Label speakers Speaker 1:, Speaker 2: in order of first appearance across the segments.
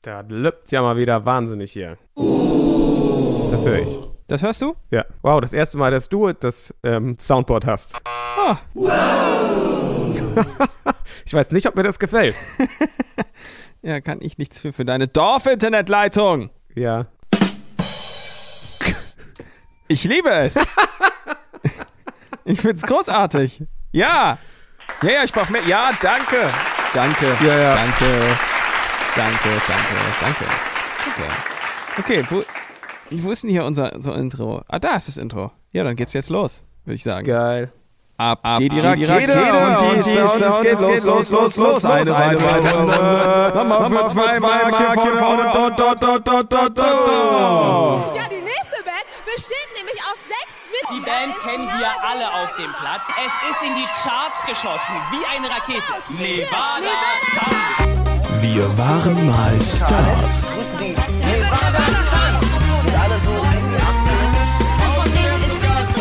Speaker 1: Da löppt ja mal wieder wahnsinnig hier. Das höre ich.
Speaker 2: Das hörst du?
Speaker 1: Ja. Wow, das erste Mal, dass du das ähm, Soundboard hast.
Speaker 2: Ah,
Speaker 1: Ich weiß nicht, ob mir das gefällt.
Speaker 2: ja, kann ich nichts für, für deine Dorf-Internetleitung.
Speaker 1: Ja.
Speaker 2: Ich liebe es. ich find's großartig. Ja. Ja, ja, ich brauch mehr. Ja, danke. Danke.
Speaker 1: Ja, ja.
Speaker 2: Danke. Danke, danke, danke. Okay, okay wo, wo ist denn hier unser, unser Intro? Ah, da ist das Intro. Ja, dann geht's jetzt los, würde ich sagen.
Speaker 1: Geil.
Speaker 2: Ab, ab, geht die
Speaker 1: Rakete und die Sounds, geht, geht, los, los, los, eine weitere Runde. Nochmal für zwei Mark hier vorne, dort, dort, dort, dort, dort, dort.
Speaker 3: Ja, die nächste Band besteht nämlich aus sechs Mitgliedern.
Speaker 4: Die Band
Speaker 3: Ist
Speaker 4: kennen
Speaker 3: nah
Speaker 4: wir
Speaker 3: genug
Speaker 4: alle auf
Speaker 3: an
Speaker 4: dem
Speaker 3: Rock.
Speaker 4: Platz. Es ist in die Charts geschossen, wie eine Rakete. Nevada, Nevada
Speaker 5: Wir waren mal Stars.
Speaker 6: Von denen ist nur das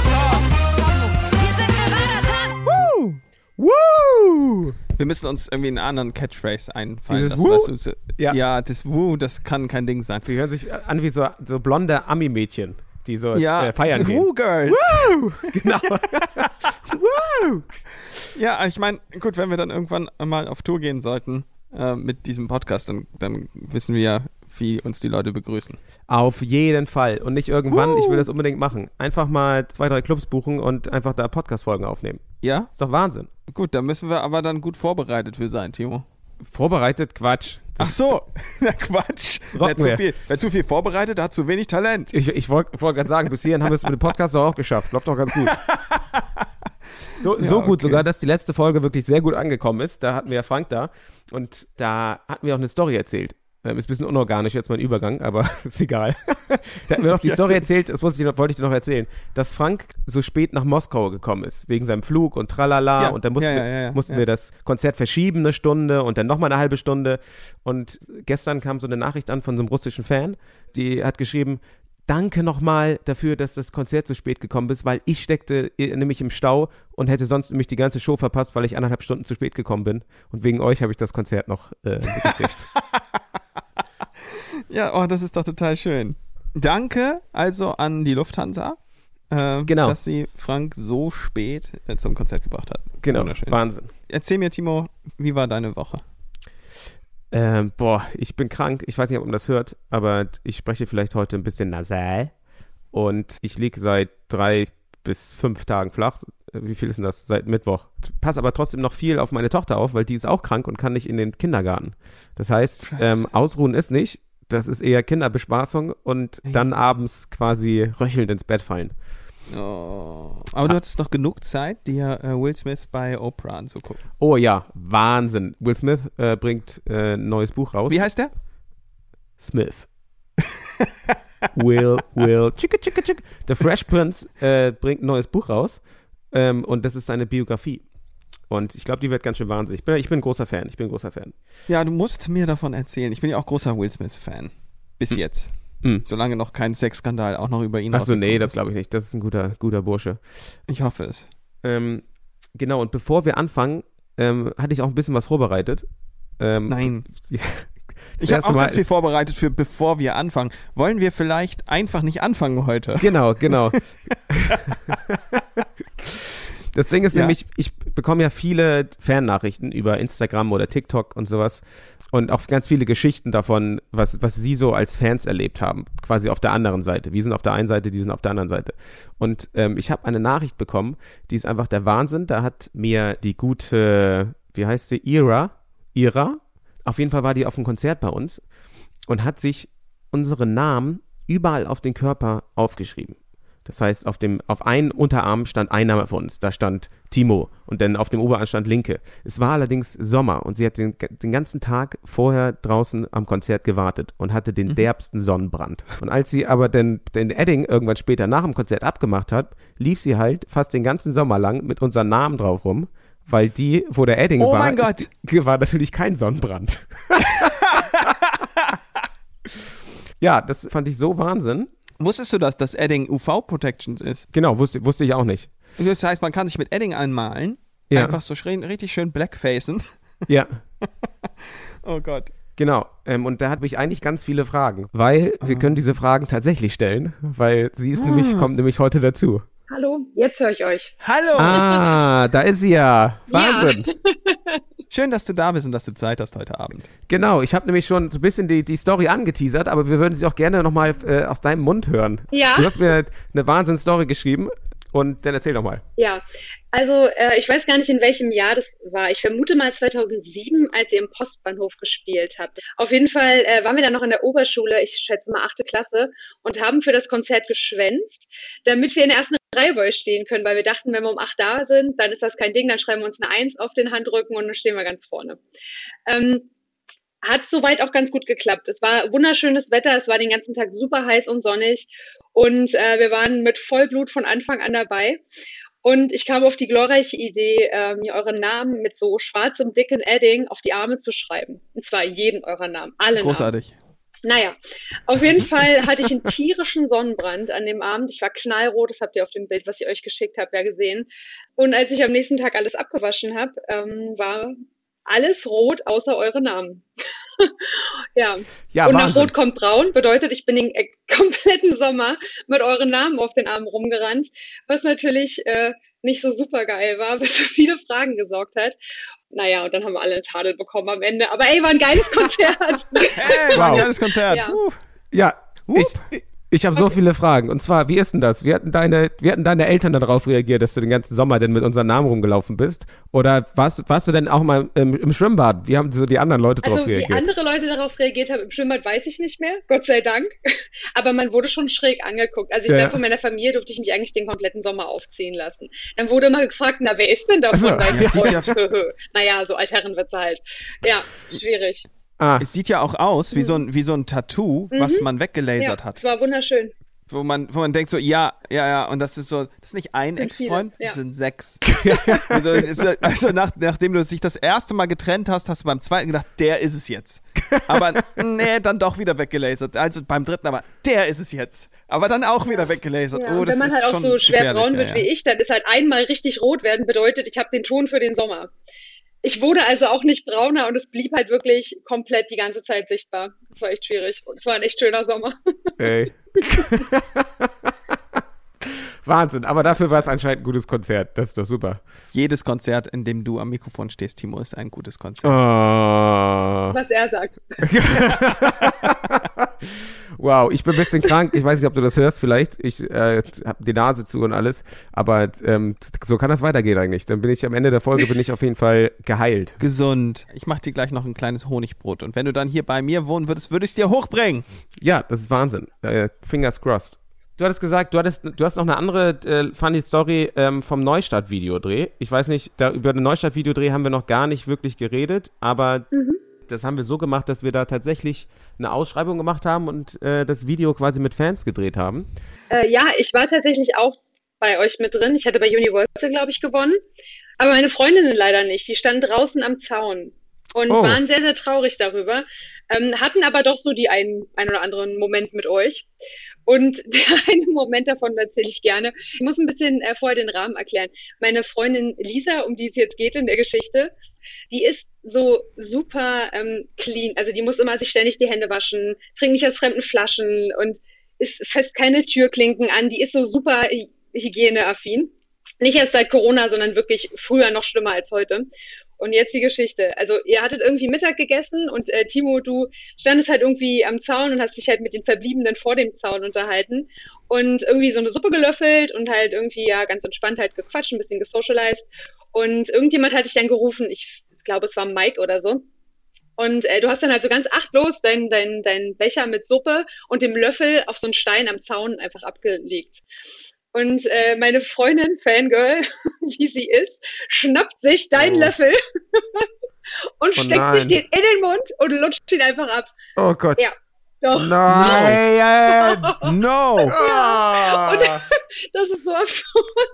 Speaker 6: Recht. Wir sind Nevada-Tan.
Speaker 1: Woo!
Speaker 2: Wir müssen uns irgendwie einen anderen Catchphrase einfallen.
Speaker 1: Dieses
Speaker 2: lassen,
Speaker 1: Woo?
Speaker 2: weißt du, so-
Speaker 1: Ja.
Speaker 2: ja. das Woo, das kann kein Ding sein.
Speaker 1: Die hören sich an wie so, so blonde Ami-Mädchen, die so äh, feiern
Speaker 2: die Woo
Speaker 1: gehen.
Speaker 2: Girls.
Speaker 1: Genau. Woo!
Speaker 2: Ja, ich meine, gut, wenn wir dann irgendwann mal auf Tour gehen sollten äh, mit diesem Podcast, dann, dann wissen wir ja, wie uns die Leute begrüßen.
Speaker 1: Auf jeden Fall. Und nicht irgendwann, ich will das unbedingt machen. Einfach mal zwei, drei Clubs buchen und einfach da Podcast-Folgen aufnehmen.
Speaker 2: Ja,
Speaker 1: Ist doch Wahnsinn.
Speaker 2: gut, da müssen wir aber dann gut vorbereitet für sein, Timo.
Speaker 1: Vorbereitet, Quatsch.
Speaker 2: Ach so, na Quatsch. Wer
Speaker 1: rocken
Speaker 2: zu,
Speaker 1: wir.
Speaker 2: viel, wer zu viel vorbereitet, hat zu wenig Talent.
Speaker 1: Ich, ich wollte wollt gerade sagen, bis hierhin haben wir es mit dem Podcast doch auch geschafft. Läuft doch ganz gut. So, so gut
Speaker 2: okay.
Speaker 1: sogar, dass die letzte Folge wirklich sehr gut angekommen ist. Da hatten wir ja Frank da und da hatten wir auch eine Story erzählt. Ähm, ist ein bisschen unorganisch jetzt mein Übergang, aber ist egal. da hatten wir noch die Story erzählt, das muss ich, wollte ich dir noch erzählen, dass Frank so spät nach Moskau gekommen ist, wegen seinem Flug und tralala
Speaker 2: Ja,
Speaker 1: und dann mussten,
Speaker 2: ja, ja,
Speaker 1: wir,
Speaker 2: ja, ja,
Speaker 1: mussten
Speaker 2: ja.
Speaker 1: wir das Konzert verschieben eine Stunde und dann nochmal eine halbe Stunde und gestern kam so eine Nachricht an von so einem russischen Fan, die hat geschrieben, Danke nochmal dafür, dass das Konzert so spät gekommen ist, weil ich steckte i- nämlich im Stau und hätte sonst nämlich die ganze Show verpasst, weil ich anderthalb Stunden zu spät gekommen bin. Und wegen euch habe ich das Konzert noch äh, mitgekriegt.
Speaker 2: Ja, oh, das ist doch total schön. Danke also an die Lufthansa, äh,
Speaker 1: Genau.
Speaker 2: dass sie Frank so spät äh, zum Konzert gebracht hat.
Speaker 1: genau,
Speaker 2: Wunderschön.
Speaker 1: Wahnsinn.
Speaker 2: Erzähl mir, Timo, wie war deine Woche?
Speaker 1: Ähm, boah, ich bin krank. Ich weiß nicht, ob man das hört, aber ich spreche vielleicht heute ein bisschen nasal. Und ich liege seit drei bis fünf Tagen flach. Äh, Wie viel ist denn das? Seit Mittwoch. Pass aber trotzdem noch viel auf meine Tochter auf, weil die ist auch krank und kann nicht in den Kindergarten. Das heißt, ähm, ausruhen ist nicht. Das ist eher Kinderbespaßung und dann abends quasi röchelnd ins Bett fallen.
Speaker 2: Aber du hattest noch genug Zeit, dir äh, Will Smith bei Oprah anzugucken.
Speaker 1: Oh ja, Wahnsinn. Will Smith äh, bringt äh, ein neues Buch raus.
Speaker 2: Wie heißt der?
Speaker 1: Smith. Will, Will, tschicke, tschicke, tschicke. Der Fresh Prince äh, bringt ein neues Buch raus ähm, und das ist seine Biografie. Und ich glaube, die wird ganz schön wahnsinnig. Ich bin, ich bin ein großer Fan, ich bin ein großer Fan.
Speaker 2: Ja, du musst mir davon erzählen. Ich bin ja auch großer Will Smith-Fan. Bis jetzt.
Speaker 1: Mhm.
Speaker 2: Solange noch kein Sexskandal auch noch über ihn
Speaker 1: Achso, nee,
Speaker 2: rausgekommen
Speaker 1: das
Speaker 2: ist.
Speaker 1: glaube ich nicht. Das ist ein guter, guter Bursche.
Speaker 2: Ich hoffe es.
Speaker 1: Ähm, genau, und bevor wir anfangen, ähm, hatte ich auch ein bisschen was vorbereitet. Ähm,
Speaker 2: Nein.
Speaker 1: Ja.
Speaker 2: Ich habe
Speaker 1: erste
Speaker 2: auch
Speaker 1: Mal
Speaker 2: ganz viel
Speaker 1: ist-
Speaker 2: vorbereitet für bevor wir anfangen. Wollen wir vielleicht einfach nicht anfangen heute?
Speaker 1: Genau, genau. Das Ding ist
Speaker 2: Ja.
Speaker 1: nämlich, ich bekomme ja viele Fan-Nachrichten über Instagram oder TikTok und sowas und auch ganz viele Geschichten davon, was, was sie so als Fans erlebt haben, quasi auf der anderen Seite. Wir sind auf der einen Seite, die sind auf der anderen Seite. Und ähm, ich habe eine Nachricht bekommen, die ist einfach der Wahnsinn. Da hat mir die gute, wie heißt sie, Ira, Ira, auf jeden Fall war die auf einem Konzert bei uns und hat sich unseren Namen überall auf den Körper aufgeschrieben. Das heißt, auf dem auf einem Unterarm stand ein Name von uns. Da stand Timo und dann auf dem Oberarm stand Linke. Es war allerdings Sommer und sie hat den, den ganzen Tag vorher draußen am Konzert gewartet und hatte den
Speaker 2: Mhm.
Speaker 1: derbsten Sonnenbrand. Und als sie aber den, den Edding irgendwann später nach dem Konzert abgemacht hat, lief sie halt fast den ganzen Sommer lang mit unseren Namen drauf rum, weil die, wo der Edding
Speaker 2: Oh
Speaker 1: war,
Speaker 2: mein Gott.
Speaker 1: Ist, war natürlich kein Sonnenbrand. Ja, das fand ich so Wahnsinn.
Speaker 2: Wusstest du das, dass Edding UV-Protections ist?
Speaker 1: Genau, wusste, wusste ich auch nicht.
Speaker 2: Das heißt, man kann sich mit Edding anmalen,
Speaker 1: Ja.
Speaker 2: einfach so schön, richtig schön blackfacen.
Speaker 1: Ja.
Speaker 2: Oh Gott.
Speaker 1: Genau. Ähm, und da habe ich eigentlich ganz viele Fragen, weil wir können diese Fragen tatsächlich stellen, weil sie ist nämlich, kommt nämlich heute dazu.
Speaker 7: Hallo, jetzt höre ich euch.
Speaker 2: Hallo!
Speaker 1: Ah, da ist sie ja. Wahnsinn.
Speaker 2: Schön, dass du da bist und dass du Zeit hast heute Abend.
Speaker 1: Genau, ich habe nämlich schon so ein bisschen die, die Story angeteasert, aber wir würden sie auch gerne nochmal äh, aus deinem Mund hören.
Speaker 7: Ja.
Speaker 1: Du hast mir eine Wahnsinns-Story geschrieben und dann erzähl doch mal.
Speaker 7: Ja, also äh, ich weiß gar nicht, in welchem Jahr das war. Ich vermute mal 2007, als ihr im Postbahnhof gespielt habt. Auf jeden Fall äh, waren wir dann noch in der Oberschule, ich schätze mal achte Klasse, und haben für das Konzert geschwänzt, damit wir in der ersten Reihe bei euch stehen können, weil wir dachten, wenn wir um acht da sind, dann ist das kein Ding, dann schreiben wir uns eine Eins auf den Handrücken und dann stehen wir ganz vorne. Ähm, hat soweit auch ganz gut geklappt. Es war wunderschönes Wetter, es war den ganzen Tag super heiß und sonnig und äh, wir waren mit Vollblut von Anfang an dabei. Und ich kam auf die glorreiche Idee, äh, mir euren Namen mit so schwarzem, dicken Edding auf die Arme zu schreiben. Und zwar jeden eurer Namen, alle Namen.
Speaker 2: Großartig.
Speaker 7: Naja, auf jeden Fall hatte ich einen tierischen Sonnenbrand an dem Abend. Ich war knallrot, das habt ihr auf dem Bild, was ich euch geschickt habt, ja gesehen. Und als ich am nächsten Tag alles abgewaschen habe, ähm, war alles rot außer eure Namen. ja.
Speaker 1: Ja,
Speaker 7: Und nach
Speaker 1: Wahnsinn.
Speaker 7: Rot kommt Braun bedeutet, ich bin den äh, kompletten Sommer mit euren Namen auf den Armen rumgerannt, was natürlich äh, nicht so super geil war, weil für viele Fragen gesorgt hat. Naja, und dann haben wir alle eine Tadel bekommen am Ende. Aber ey, war ein geiles Konzert.
Speaker 2: Hey, war
Speaker 1: Wow.
Speaker 2: ein geiles Konzert.
Speaker 7: Ja.
Speaker 2: Puh.
Speaker 1: Ja, ich, ich habe so viele Fragen. Und zwar, wie ist denn das? Wie hatten, deine, wie hatten deine Eltern darauf reagiert, dass du den ganzen Sommer denn mit unseren Namen rumgelaufen bist? Oder warst, warst du denn auch mal im, im Schwimmbad? Wie haben so die anderen Leute darauf
Speaker 7: Also wie
Speaker 1: reagiert?
Speaker 7: andere Leute darauf reagiert haben, im Schwimmbad weiß ich nicht mehr, Gott sei Dank. Aber man wurde schon schräg angeguckt. Also ich
Speaker 1: Ja.
Speaker 7: glaube, von meiner Familie durfte ich mich eigentlich den kompletten Sommer aufziehen lassen. Dann wurde immer gefragt, na, wer ist denn davon
Speaker 1: Also,
Speaker 7: dein
Speaker 2: das sieht ja-
Speaker 7: Freund? naja, so Altherrenwitze halt. Ja, schwierig.
Speaker 1: ah,
Speaker 2: Es sieht ja auch aus wie so ein, wie so ein Tattoo, was man weggelasert
Speaker 7: Mhm. Ja,
Speaker 2: hat.
Speaker 7: es war wunderschön.
Speaker 2: Wo man, wo man denkt so, ja, ja, ja, und das ist so, das ist nicht ein
Speaker 7: Sind viele,
Speaker 2: Ex-Freund, das
Speaker 7: ja.
Speaker 2: sind sechs. also es ist, also nach, nachdem du dich das erste Mal getrennt hast, hast du beim zweiten gedacht, der ist es jetzt. Aber nee, dann doch wieder weggelasert. Also beim dritten, aber der ist es jetzt. Aber dann auch wieder weggelasert.
Speaker 7: Ja,
Speaker 2: oh,
Speaker 7: und
Speaker 2: das
Speaker 7: wenn man
Speaker 2: ist
Speaker 7: halt auch
Speaker 2: schon
Speaker 7: so schwer
Speaker 2: gefährlich,
Speaker 7: braun wird
Speaker 2: ja,
Speaker 7: wie
Speaker 2: ja.
Speaker 7: ich, dann ist halt einmal richtig rot werden bedeutet, ich habe den Ton für den Sommer. Ich wurde also auch nicht brauner und es blieb halt wirklich komplett die ganze Zeit sichtbar. Das war echt schwierig. Und es war ein echt schöner Sommer.
Speaker 1: ey. Wahnsinn, aber dafür war es anscheinend ein gutes Konzert. Das ist doch super.
Speaker 2: Jedes Konzert, in dem du am Mikrofon stehst, Timo, ist ein gutes Konzert.
Speaker 1: Oh.
Speaker 7: was er sagt.
Speaker 1: Wow, ich bin ein bisschen krank. Ich weiß nicht, ob du das hörst vielleicht. Ich äh, habe die Nase zu und alles. Aber ähm, so kann das weitergehen eigentlich. Dann bin ich am Ende der Folge bin ich auf jeden Fall geheilt.
Speaker 2: Gesund. Ich mache dir gleich noch ein kleines Honigbrot. Und wenn du dann hier bei mir wohnen würdest, würde ich es dir hochbringen.
Speaker 1: Ja, das ist Wahnsinn. Äh, fingers crossed. Du hattest gesagt, du hattest, du hast noch eine andere äh, funny Story ähm, vom Neustadt-Videodreh. Ich weiß nicht, da, über den Neustadt-Videodreh haben wir noch gar nicht wirklich geredet, aber das haben wir so gemacht, dass wir da tatsächlich eine Ausschreibung gemacht haben und äh, das Video quasi mit Fans gedreht haben.
Speaker 7: Äh, ja, ich war tatsächlich auch bei euch mit drin. Ich hatte bei Universal, glaube ich, gewonnen. Aber meine Freundinnen leider nicht. Die standen draußen am Zaun und
Speaker 1: Oh.
Speaker 7: waren sehr, sehr traurig darüber. Ähm, hatten aber doch so die einen, ein oder anderen Moment mit euch. Und der eine Moment davon erzähle ich gerne. Ich muss ein bisschen äh, vorher den Rahmen erklären. Meine Freundin Lisa, um die es jetzt geht in der Geschichte, die ist so super ähm, clean. Also die muss immer sich ständig die Hände waschen, trinkt nicht aus fremden Flaschen und ist fest keine Türklinken an. Die ist so super hy- hygieneaffin. Nicht erst seit Corona, sondern wirklich früher noch schlimmer als heute. Und jetzt die Geschichte. Also ihr hattet irgendwie Mittag gegessen und äh, Timo, du standest halt irgendwie am Zaun und hast dich halt mit den Verbliebenen vor dem Zaun unterhalten und irgendwie so eine Suppe gelöffelt und halt irgendwie ja ganz entspannt halt gequatscht, ein bisschen gesocialized. Und irgendjemand hatte ich dann gerufen, ich glaube, es war Mike oder so. Und äh, du hast dann halt so ganz achtlos deinen dein, dein Becher mit Suppe und dem Löffel auf so einen Stein am Zaun einfach abgelegt. Und äh, meine Freundin, Fangirl, wie sie ist, schnappt sich deinen Löffel und
Speaker 1: Oh
Speaker 7: steckt
Speaker 1: nein.
Speaker 7: sich den in den Mund und lutscht ihn einfach ab.
Speaker 1: Oh Gott.
Speaker 7: Ja, doch.
Speaker 1: Nein!
Speaker 2: No!
Speaker 1: Ah.
Speaker 7: Das ist so absurd.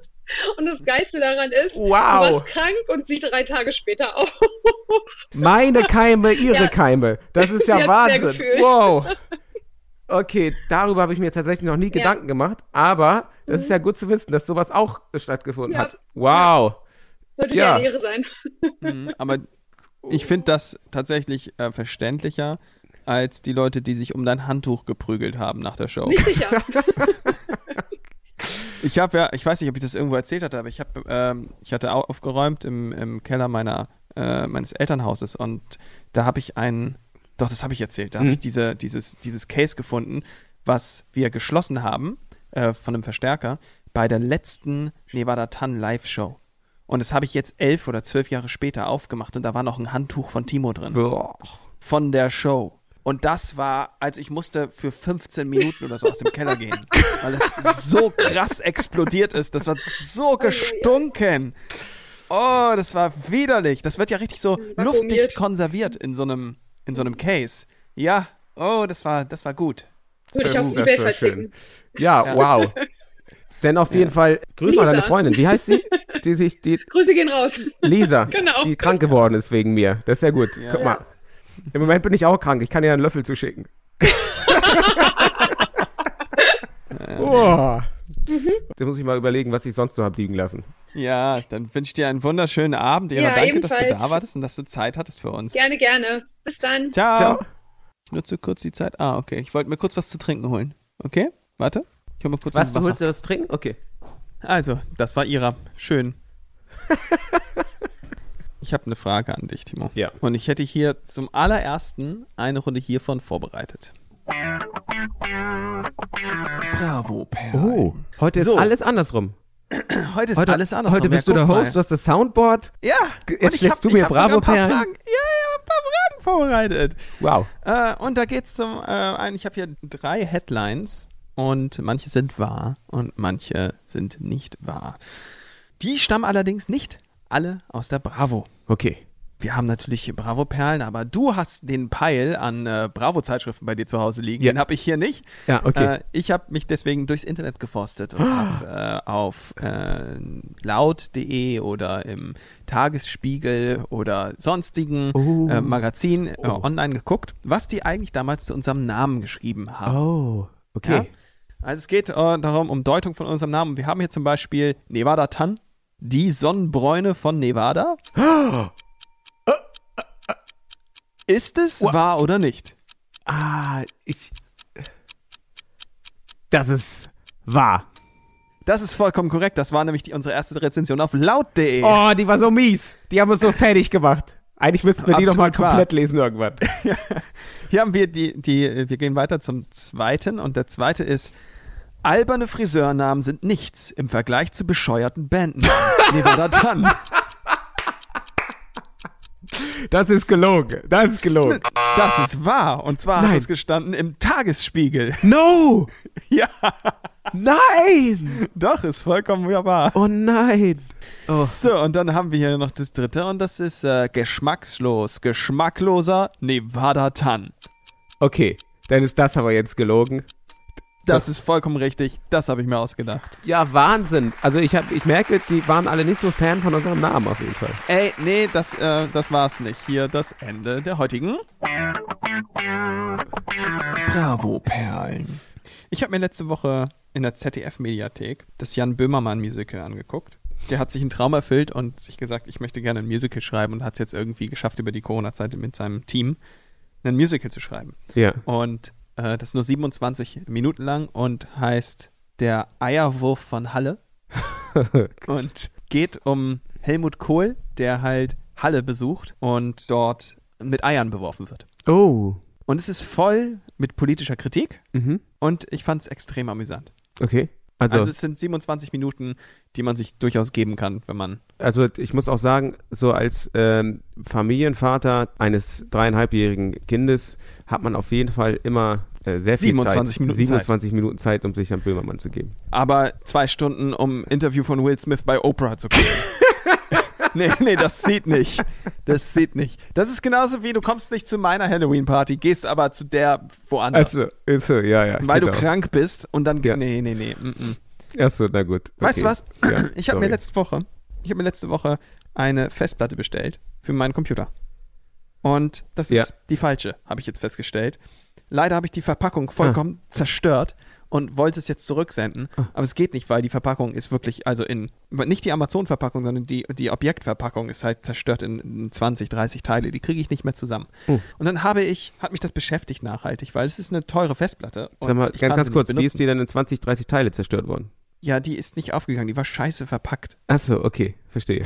Speaker 7: Und das Geilste daran ist, du
Speaker 1: Wow,
Speaker 7: warst krank und sie drei Tage später auf.
Speaker 1: meine Keime, ihre
Speaker 7: Ja.
Speaker 1: Keime. Das ist ja
Speaker 7: Sie hat's sehr
Speaker 1: Wahnsinn.
Speaker 7: gefühlt.
Speaker 1: Wow. Okay, darüber habe ich mir tatsächlich noch nie Gedanken gemacht, aber das ist ja gut zu wissen, dass sowas auch stattgefunden
Speaker 7: Mhm. Ja.
Speaker 1: hat. Wow.
Speaker 7: Sollte
Speaker 1: Ja.
Speaker 7: ja eine Ehre sein.
Speaker 2: Aber Ich finde das tatsächlich äh, verständlicher als die Leute, die sich um dein Handtuch geprügelt haben nach der Show.
Speaker 7: Nicht sicher.
Speaker 2: Ich habe ja, ich weiß nicht, ob ich das irgendwo erzählt hatte, aber ich habe, ähm, ich hatte au- aufgeräumt im, im Keller meiner äh, meines Elternhauses und da habe ich einen, doch das habe ich erzählt, da habe ich diese, dieses dieses Case gefunden, was wir geschlossen haben äh, von einem Verstärker bei der letzten Nevada Tan Live Show. Und das habe ich jetzt elf oder zwölf Jahre später aufgemacht und da war noch ein Handtuch von Timo drin
Speaker 1: Boah.
Speaker 2: von der Show. Und das war, also ich musste für 15 Minuten oder so aus dem Keller gehen, weil es so krass explodiert ist. Das hat so gestunken. Oh, das war widerlich. Das wird ja richtig so
Speaker 7: Vakuumiert.
Speaker 2: luftdicht konserviert in so einem, in so einem Case. Ja, oh, das war, das war gut.
Speaker 7: Würde ich auf
Speaker 1: Oh, Das
Speaker 7: Ebay
Speaker 1: war
Speaker 7: verticken.
Speaker 1: schön. Ja, wow. Denn auf jeden Fall, grüß mal deine
Speaker 7: Lisa.
Speaker 1: Freundin. Wie heißt sie? Die sich, die
Speaker 7: Grüße gehen raus.
Speaker 1: Lisa,
Speaker 7: Genau.
Speaker 1: die krank geworden ist wegen mir. Das ist ja gut. Guck mal. Im Moment bin ich auch krank. Ich kann dir einen Löffel zuschicken. Boah. Mhm. Da muss ich mal überlegen, was ich sonst so habe liegen lassen.
Speaker 2: Ja, dann wünsche ich dir einen wunderschönen Abend. Ira,
Speaker 7: Ja,
Speaker 2: danke, dass du
Speaker 7: ebenfalls.
Speaker 2: da warst und dass du Zeit hattest für uns.
Speaker 7: Gerne, gerne. Bis dann.
Speaker 2: Ciao.
Speaker 1: Ciao.
Speaker 2: Ich nutze kurz die Zeit. Ah, okay. Ich wollte mir kurz was zu trinken holen. Okay, warte. Ich hol mal kurz ein Wasser.
Speaker 1: dir was trinken? Okay.
Speaker 2: Also, das war Ira. Schön. ich habe eine Frage an dich, Timo.
Speaker 1: Ja.
Speaker 2: Und ich hätte hier zum allerersten eine Runde hiervon vorbereitet. Bravo, Per.
Speaker 1: Oh, heute ist
Speaker 2: So.
Speaker 1: alles andersrum.
Speaker 2: Heute ist
Speaker 1: Heute,
Speaker 2: alles anders.
Speaker 1: heute bist du der Host, du hast das Soundboard.
Speaker 2: Ja,
Speaker 1: Jetzt
Speaker 2: und ich
Speaker 1: schlägst
Speaker 2: hab,
Speaker 1: du mir
Speaker 2: ich hab sogar
Speaker 1: Bravo,
Speaker 2: ein paar
Speaker 1: Per.
Speaker 2: Fragen. Ja, ja, ein paar Fragen vorbereitet.
Speaker 1: Wow.
Speaker 2: Äh, und da geht's zum äh, einen, ich habe hier drei Headlines und manche sind wahr und manche sind nicht wahr. Die stammen allerdings nicht alle aus der Bravo.
Speaker 1: Okay.
Speaker 2: Wir haben natürlich Bravo-Perlen, aber du hast den Peil an äh, Bravo-Zeitschriften bei dir zu Hause liegen.
Speaker 1: Ja.
Speaker 2: Den habe ich hier nicht.
Speaker 1: Ja, okay.
Speaker 2: Äh, ich habe mich deswegen durchs Internet geforstet und
Speaker 1: Ah.
Speaker 2: habe äh, auf äh, laut.de oder im Tagesspiegel oder sonstigen
Speaker 1: Oh.
Speaker 2: äh, Magazin äh, online geguckt, was die eigentlich damals zu unserem Namen geschrieben haben.
Speaker 1: Oh, okay.
Speaker 2: Ja? Also es geht äh, darum, um Deutung von unserem Namen. Wir haben hier zum Beispiel Nevada Tan, die Sonnenbräune von Nevada. Ist es wahr oder nicht?
Speaker 1: Ah, ich. Das ist wahr.
Speaker 2: Das ist vollkommen korrekt. Das war nämlich die, unsere erste Rezension auf laut.de.
Speaker 1: Oh, die war so mies. Die haben uns so fertig gemacht. Eigentlich müssten wir die
Speaker 2: Absolut
Speaker 1: nochmal
Speaker 2: wahr.
Speaker 1: komplett lesen irgendwann.
Speaker 2: Hier haben wir die, die, wir gehen weiter zum zweiten und der zweite ist, alberne Friseurnamen sind nichts im Vergleich zu bescheuerten Banden. Nevada Tan.
Speaker 1: Das ist gelogen. Das ist gelogen.
Speaker 2: Das ist wahr. Und zwar hat
Speaker 1: Nein.
Speaker 2: es gestanden im Tagesspiegel.
Speaker 1: No!
Speaker 2: Ja,
Speaker 1: Nein!
Speaker 2: doch, ist vollkommen wahr.
Speaker 1: Oh nein! Oh.
Speaker 2: So, und dann haben wir hier noch das dritte und das ist äh, geschmackslos, geschmackloser Nevada Tan.
Speaker 1: Okay, dann ist das aber jetzt gelogen.
Speaker 2: Das ist vollkommen richtig. Das habe ich mir ausgedacht.
Speaker 1: Ja, Wahnsinn. Also ich, hab, ich merke, die waren alle nicht so Fan von unserem Namen auf jeden Fall.
Speaker 2: Ey, nee, das, äh, das war's nicht. Hier das Ende der heutigen
Speaker 5: Bravo-Perlen.
Speaker 2: Ich habe mir letzte Woche in der ZDF-Mediathek das Jan Böhmermann-Musical angeguckt. Der hat sich einen Traum erfüllt und sich gesagt, ich möchte gerne ein Musical schreiben und hat es jetzt irgendwie geschafft, über die Corona-Zeit mit seinem Team ein Musical zu schreiben.
Speaker 1: Ja.
Speaker 2: Und äh, das ist nur 27 Minuten lang und heißt Der Eierwurf von Halle und geht um Helmut Kohl, der halt Halle besucht und dort mit Eiern beworfen wird.
Speaker 1: oh.
Speaker 2: Und es ist voll mit politischer Kritik
Speaker 1: Mhm.
Speaker 2: und ich fand es extrem amüsant.
Speaker 1: Okay. Also,
Speaker 2: Also es sind 27 Minuten, die man sich durchaus geben kann, wenn man.
Speaker 1: also ich muss auch sagen, so als ähm, Familienvater eines dreieinhalbjährigen Kindes hat man auf jeden Fall immer äh, sehr viel
Speaker 2: 27
Speaker 1: Zeit,
Speaker 2: Minuten Zeit.
Speaker 1: 27 Minuten Zeit, um sich an Böhmermann zu geben.
Speaker 2: Aber zwei Stunden, um Interview von Will Smith bei Oprah zu kriegen. nee, nee, das sieht nicht. Das sieht nicht. Das ist genauso wie du kommst nicht zu meiner Halloween-Party, gehst aber zu der woanders.
Speaker 1: Also, ist so, ja, ja.
Speaker 2: weil
Speaker 1: genau.
Speaker 2: du krank bist und dann.
Speaker 1: Ja.
Speaker 2: Nee, nee, nee. Mm -mm.
Speaker 1: Achso, na gut.
Speaker 2: Weißt du
Speaker 1: okay.
Speaker 2: was?
Speaker 1: Ja,
Speaker 2: ich habe mir
Speaker 1: sorry.
Speaker 2: letzte Woche, ich habe mir letzte Woche eine Festplatte bestellt für meinen Computer. Und das ist
Speaker 1: Ja. Ah.
Speaker 2: die falsche, habe ich jetzt festgestellt. Leider habe ich die Verpackung vollkommen zerstört und wollte es jetzt zurücksenden. Aber es geht nicht, weil die Verpackung ist wirklich, also in, nicht die Amazon-Verpackung, sondern die, die Objektverpackung ist halt zerstört in, in 20, 30 Teile. Die kriege ich nicht mehr zusammen.
Speaker 1: Oh.
Speaker 2: Und dann habe ich, hat mich das beschäftigt nachhaltig, weil es ist eine teure Festplatte. Und
Speaker 1: Sag mal,
Speaker 2: ich
Speaker 1: ganz,
Speaker 2: kann
Speaker 1: ganz
Speaker 2: sie
Speaker 1: kurz,
Speaker 2: nicht
Speaker 1: wie ist
Speaker 2: benutzen.
Speaker 1: die denn in 20, 30 Teile zerstört worden?
Speaker 2: Ja, die ist nicht aufgegangen, die war scheiße verpackt.
Speaker 1: Achso, okay, verstehe.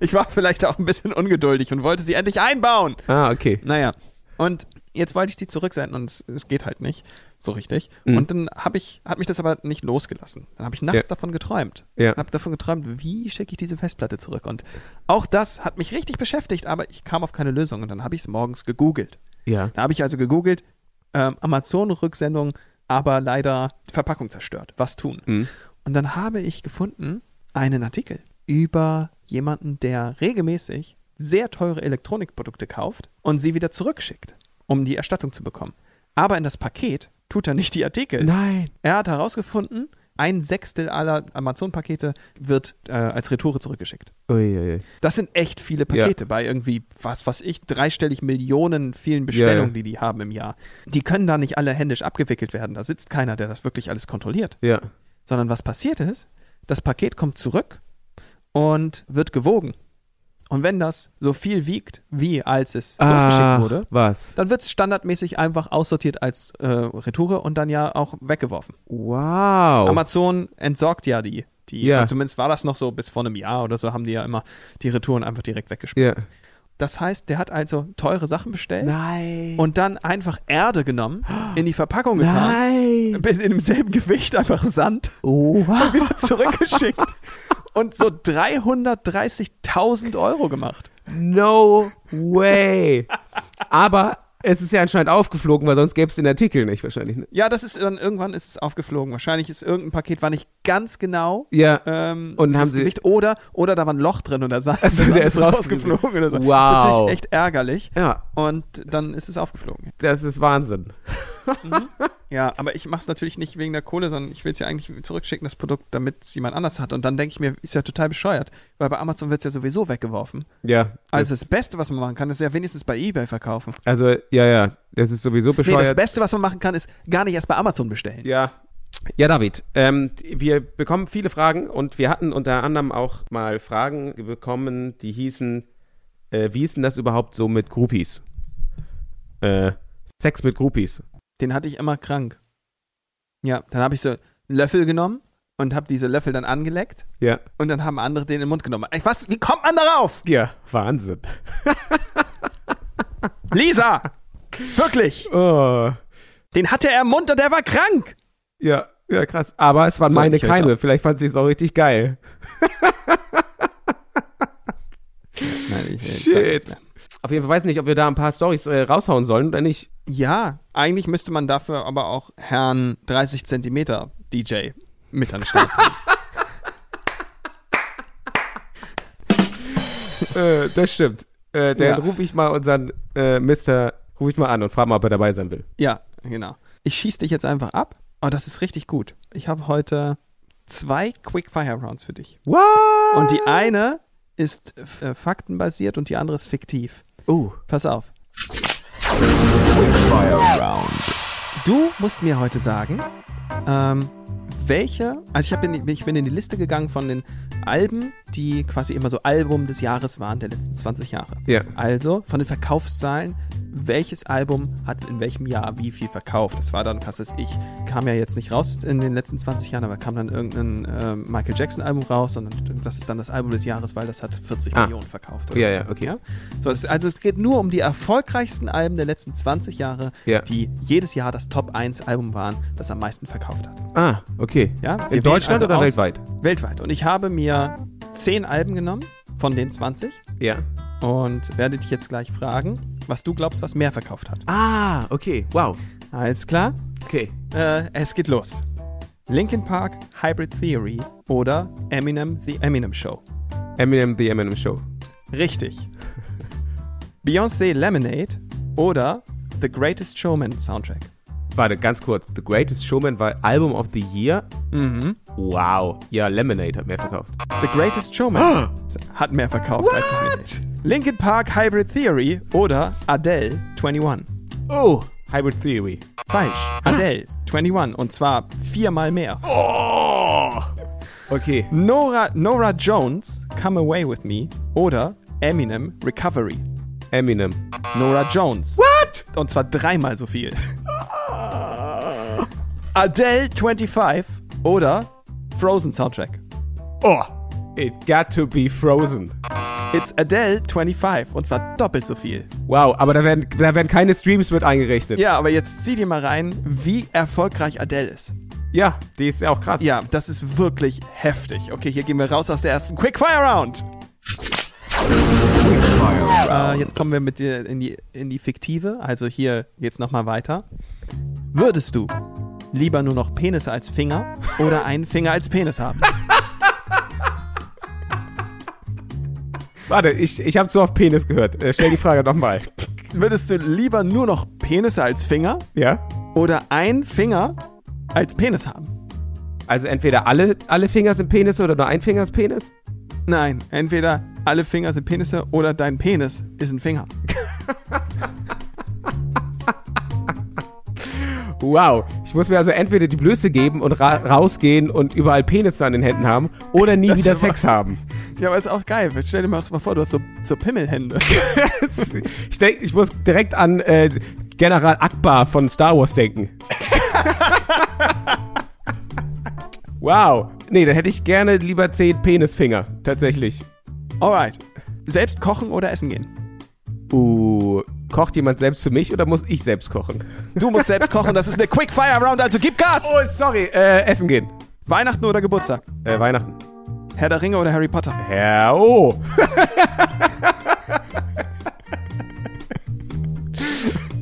Speaker 2: Ich war vielleicht auch ein bisschen ungeduldig und wollte sie endlich einbauen.
Speaker 1: Ah, okay.
Speaker 2: Naja, und jetzt wollte ich die zurücksenden und es, es geht halt nicht so richtig.
Speaker 1: Mhm.
Speaker 2: Und dann habe ich, hat mich das aber nicht losgelassen. Dann habe ich nachts
Speaker 1: Ja.
Speaker 2: davon geträumt.
Speaker 1: Ja.
Speaker 2: Habe davon geträumt, wie schicke ich diese Festplatte zurück. Und auch das hat mich richtig beschäftigt, aber ich kam auf keine Lösung. Und dann habe ich es morgens gegoogelt.
Speaker 1: Ja.
Speaker 2: Da habe ich also gegoogelt, ähm, Amazon-Rücksendung, aber leider Verpackung zerstört. Was tun? Und dann habe ich gefunden einen Artikel über jemanden, der regelmäßig sehr teure Elektronikprodukte kauft und sie wieder zurückschickt, um die Erstattung zu bekommen. Aber in das Paket tut er nicht die Artikel.
Speaker 1: Nein.
Speaker 2: Er hat herausgefunden, ein Sechstel aller Amazon-Pakete wird äh, als Retoure zurückgeschickt.
Speaker 1: Uiuiui.
Speaker 2: Das sind echt viele Pakete bei irgendwie, was was ich, dreistellig Millionen vielen Bestellungen, die die haben im Jahr. Die können da nicht alle händisch abgewickelt werden. Da sitzt keiner, der das wirklich alles kontrolliert.
Speaker 1: Ja.
Speaker 2: Sondern was passiert ist, das Paket kommt zurück und wird gewogen. Und wenn das so viel wiegt, wie als es
Speaker 1: Ah,
Speaker 2: losgeschickt wurde,
Speaker 1: Was?
Speaker 2: dann wird es standardmäßig einfach aussortiert als äh, Retoure und dann ja auch weggeworfen.
Speaker 1: Wow.
Speaker 2: Amazon entsorgt ja die. die
Speaker 1: Oh. Ja.
Speaker 2: ja. Zumindest war das noch so bis vor einem Jahr oder so, haben die ja immer die Retouren einfach direkt weggeschmissen.
Speaker 1: ja.
Speaker 2: Das heißt, der hat also teure Sachen bestellt
Speaker 1: Nein.
Speaker 2: und dann einfach Erde genommen, in die Verpackung getan,
Speaker 1: Nein.
Speaker 2: bis in demselben Gewicht einfach Sand
Speaker 1: Oh,
Speaker 2: und wieder zurückgeschickt und so 330.000 Euro gemacht.
Speaker 1: no way. Aber es ist ja anscheinend aufgeflogen, weil sonst gäbe es den Artikel nicht wahrscheinlich. Ne?
Speaker 2: Ja, das ist dann irgendwann ist es aufgeflogen. Wahrscheinlich ist irgendein Paket war nicht ganz genau.
Speaker 1: Ja.
Speaker 2: Ähm,
Speaker 1: Und haben
Speaker 2: das
Speaker 1: sie-
Speaker 2: Gewicht oder oder da war ein Loch drin und der Sand
Speaker 1: Ach so, der ist
Speaker 2: rausgeflogen oder so.
Speaker 1: Wow.
Speaker 2: Das ist natürlich echt ärgerlich.
Speaker 1: Ja,
Speaker 2: Und dann ist es aufgeflogen.
Speaker 1: das ist Wahnsinn.
Speaker 2: Ja, aber ich mache es natürlich nicht wegen der Kohle, sondern ich will es ja eigentlich zurückschicken, das Produkt, damit es jemand anders hat. Und dann denke ich mir, ist ja total bescheuert, weil bei Amazon wird es ja sowieso weggeworfen.
Speaker 1: Ja.
Speaker 2: Also das Beste, was man machen kann, ist ja wenigstens bei Ebay verkaufen.
Speaker 1: Also, ja, ja. Das ist sowieso
Speaker 2: Nee, das
Speaker 1: bescheuert.
Speaker 2: Beste, was man machen kann, ist gar nicht erst bei Amazon bestellen.
Speaker 1: Ja. Ja, David, ähm, wir bekommen viele Fragen und wir hatten unter anderem auch mal Fragen bekommen, die hießen, äh, wie ist denn das überhaupt so mit Groupies? Äh, Sex mit Groupies.
Speaker 2: Den hatte ich immer krank. Ja, dann habe ich so einen Löffel genommen und habe diese Löffel dann angeleckt
Speaker 1: Ja.
Speaker 2: und dann haben andere den in den Mund genommen. Ey, was? Wie kommt man darauf?
Speaker 1: Ja, Wahnsinn.
Speaker 2: Lisa! Wirklich!
Speaker 1: Oh.
Speaker 2: Den hatte er im Mund und der war krank!
Speaker 1: Ja, ja, krass. Aber es waren
Speaker 2: So,
Speaker 1: meine
Speaker 2: ich hör's
Speaker 1: keine. Vielleicht fand sie es auch richtig geil.
Speaker 2: Nein, ich, ich sag nichts
Speaker 1: Shit.
Speaker 2: mehr.
Speaker 1: Auf jeden Fall weiß ich nicht, ob wir da ein paar Storys äh, raushauen sollen oder nicht.
Speaker 2: Ja, eigentlich müsste man dafür aber auch Herrn 30 Zentimeter DJ mit an den Start bringen.
Speaker 1: Äh, das stimmt. Äh, dann
Speaker 2: Ja.
Speaker 1: rufe ich mal unseren äh, Mister, rufe ich mal an und frage mal, ob er dabei sein will.
Speaker 2: Ja, genau. Ich schieße dich jetzt einfach ab. Oh, das ist richtig gut. Ich habe heute zwei Quickfire-Rounds für dich.
Speaker 1: What?
Speaker 2: Und die eine ist äh, faktenbasiert und die andere ist fiktiv.
Speaker 1: Oh.
Speaker 2: Pass auf.
Speaker 5: Quickfire Round.
Speaker 2: Du musst mir heute sagen, ähm, welche, also ich, hab in, die- ich bin in die Liste gegangen von den Alben, die quasi immer so Album des Jahres waren, der letzten 20 Jahre.
Speaker 1: Ja.
Speaker 2: Also von den Verkaufszahlen, welches Album hat in welchem Jahr wie viel verkauft? Das war dann, was weiß ich, kam ja jetzt nicht raus in den letzten 20 Jahren, aber kam dann irgendein ähm, Michael Jackson-Album raus und das ist dann das Album des Jahres, weil das hat 40
Speaker 1: Ah.
Speaker 2: Millionen verkauft. oder
Speaker 1: Ja,
Speaker 2: so.
Speaker 1: ja, okay.
Speaker 2: So, das, also es geht nur um die erfolgreichsten Alben der letzten 20 Jahre,
Speaker 1: Ja.
Speaker 2: die jedes Jahr das Top 1 Album waren, das am meisten verkauft hat.
Speaker 1: Ah, okay.
Speaker 2: Ja, wir
Speaker 1: In
Speaker 2: wählen
Speaker 1: Deutschland
Speaker 2: also
Speaker 1: oder
Speaker 2: aus-
Speaker 1: weltweit?
Speaker 2: Weltweit. Und ich habe mir 10 Alben genommen von den 20
Speaker 1: Ja.
Speaker 2: und werde dich jetzt gleich fragen, was du glaubst, was mehr verkauft hat.
Speaker 1: Ah, okay. Wow.
Speaker 2: Alles klar?
Speaker 1: Okay.
Speaker 2: Äh, es geht los. Linkin Park, Hybrid Theory oder Eminem The Eminem Show.
Speaker 1: Eminem The Eminem Show.
Speaker 2: Richtig. Beyoncé Lemonade oder The Greatest Showman Soundtrack.
Speaker 1: Warte, ganz kurz. The Greatest Showman war Album of the Year.
Speaker 2: Mhm.
Speaker 1: Wow. Ja, Lemonade hat mehr verkauft.
Speaker 2: The Greatest Showman hat mehr verkauft als Lemonade. Linkin Park Hybrid Theory oder Adele 21.
Speaker 1: Oh, Hybrid Theory.
Speaker 2: Falsch. Adele 21. Und zwar viermal mehr.
Speaker 1: Oh! Okay.
Speaker 2: Nora, Nora Jones, Come Away With Me. Oder Eminem, Recovery.
Speaker 1: Eminem.
Speaker 2: Nora Jones. What? Und zwar dreimal so viel. Adele 25 oder Frozen Soundtrack.
Speaker 1: Oh. It got to be frozen.
Speaker 2: It's Adele 25 und zwar doppelt so viel.
Speaker 1: Wow, aber da werden, da werden keine Streams mit eingerichtet.
Speaker 2: Ja, aber jetzt zieh dir mal rein, wie erfolgreich Adele ist.
Speaker 1: Ja, die ist ja auch krass.
Speaker 2: Ja, das ist wirklich heftig. Okay, hier gehen wir raus aus der ersten Quickfire Round. Äh, jetzt kommen wir mit dir in die, in die fiktive. Also hier geht's nochmal weiter. Würdest du lieber nur noch Penisse als Finger oder einen Finger als Penis haben?
Speaker 1: Warte, ich, ich habe zu oft Penis gehört. Äh, stell die Frage nochmal.
Speaker 2: Würdest du lieber nur noch Penisse als Finger
Speaker 1: Ja?
Speaker 2: oder einen Finger als Penis haben?
Speaker 1: Also entweder alle, alle Finger sind Penis oder nur ein Finger ist Penis?
Speaker 2: Nein, entweder alle Finger sind Penisse oder dein Penis ist ein Finger.
Speaker 1: Wow. Ich muss mir also entweder die Blöße geben und ra rausgehen und überall Penisse an den Händen haben oder nie
Speaker 2: Das
Speaker 1: wieder
Speaker 2: ist
Speaker 1: Sex haben.
Speaker 2: Ja, aber ist auch geil. Stell dir mal mal vor, du hast so, so Pimmelhände.
Speaker 1: Ich, denk, ich muss direkt an äh, General Akbar von Star Wars denken. wow. Nee, dann hätte ich gerne lieber 10 Penisfinger. Tatsächlich.
Speaker 2: Alright. Selbst kochen oder essen gehen?
Speaker 1: Uh, kocht jemand selbst für mich oder muss ich selbst kochen?
Speaker 2: Du musst selbst kochen, das ist eine Quickfire-Round, also gib Gas!
Speaker 1: Oh, sorry. Äh, essen gehen.
Speaker 2: Weihnachten oder Geburtstag?
Speaker 1: Äh, Weihnachten.
Speaker 2: Herr der Ringe oder Harry Potter?
Speaker 1: Ja, oh.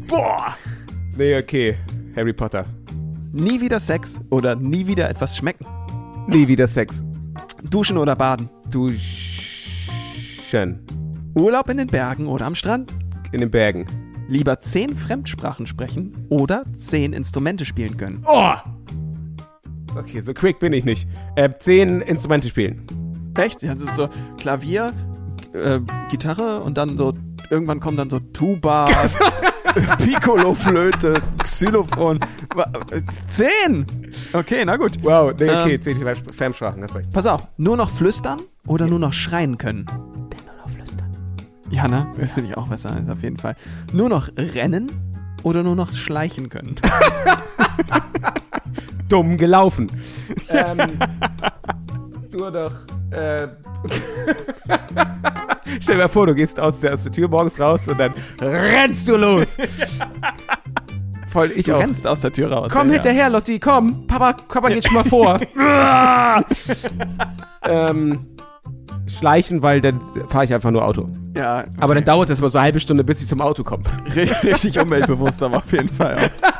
Speaker 1: Boah. Nee, okay. Harry Potter.
Speaker 2: Nie wieder Sex oder nie wieder etwas schmecken?
Speaker 1: Nie wieder Sex.
Speaker 2: Duschen oder baden?
Speaker 1: Duschen.
Speaker 2: Urlaub in den Bergen oder am Strand?
Speaker 1: In den Bergen.
Speaker 2: Lieber zehn Fremdsprachen sprechen oder zehn Instrumente spielen können?
Speaker 1: Oh! Okay, so quick bin ich nicht. Äh, zehn Instrumente spielen.
Speaker 2: Echt? Ja, so so Klavier, äh, Gitarre und dann so, irgendwann kommen dann so Tuba, Piccolo, Flöte, Xylophon. Wa- äh, Zehn! Okay, na gut.
Speaker 1: Wow, nee, okay,
Speaker 2: Ähm.
Speaker 1: zehn Fremdsp- Fremdsprachen, hast recht.
Speaker 2: Pass auf, nur noch flüstern oder nur noch schreien können? Ja, ne? Finde ich auch besser, ist auf jeden Fall. Nur noch rennen oder nur noch schleichen können?
Speaker 1: Dumm gelaufen. ähm, nur doch. Äh, Stell dir mal vor, du gehst aus der, aus der Tür morgens raus und dann rennst du los. Voll ich
Speaker 2: Du
Speaker 1: auch.
Speaker 2: rennst aus der Tür raus.
Speaker 1: Komm
Speaker 2: ja, ja.
Speaker 1: hinterher, Lotti, komm. Papa, Papa geht schon mal vor. ähm, schleichen, weil dann fahre ich einfach nur Auto.
Speaker 2: Ja,
Speaker 1: Aber dann dauert das immer so eine halbe Stunde, bis ich zum Auto komme.
Speaker 2: ri- richtig umweltbewusst, aber auf jeden Fall auch.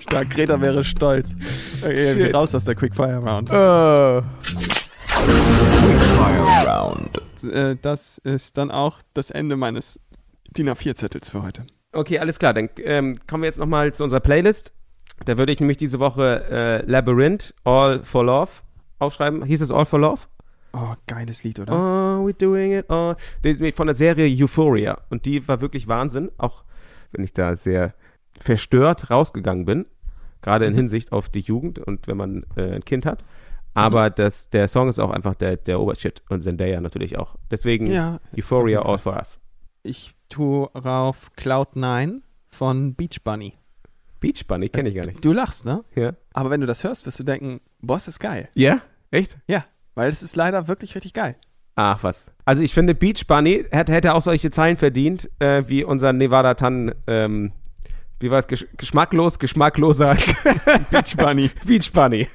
Speaker 2: Stark, Greta wäre stolz. Okay,
Speaker 1: Shit.
Speaker 2: raus aus der Quickfire Round.
Speaker 1: Äh,
Speaker 2: Äh, das ist dann auch das Ende meines DIN A4-Zettels für heute.
Speaker 1: okay, alles klar. Dann ähm, kommen wir jetzt nochmal zu unserer Playlist. Da würde ich nämlich diese Woche äh, Labyrinth, All for Love aufschreiben. Hieß es All for Love?
Speaker 2: Oh, geiles Lied, oder?
Speaker 1: Are we doing it all? Die ist Von der Serie Euphoria. Und die war wirklich Wahnsinn, auch wenn ich da sehr verstört rausgegangen bin. Gerade in Hinsicht auf die Jugend und wenn man äh, ein Kind hat. Aber das, der Song ist auch einfach der, der Obershit und Zendaya natürlich auch. Deswegen
Speaker 2: Ja.
Speaker 1: Euphoria All for Us.
Speaker 2: Ich tue rauf Cloud9 von Beach Bunny.
Speaker 1: Beach Bunny kenne ich gar nicht.
Speaker 2: Du lachst, ne?
Speaker 1: Ja?
Speaker 2: Aber wenn du das hörst, wirst du denken, Boss ist geil.
Speaker 1: ja? Echt?
Speaker 2: Ja, weil es ist leider wirklich richtig geil.
Speaker 1: Ach was. Also ich finde, Beach Bunny hätte, hätte auch solche Zeilen verdient, äh, wie unser Nevada Tan, ähm, wie war es, gesch geschmacklos, geschmackloser
Speaker 2: Beach Bunny.
Speaker 1: Beach Bunny.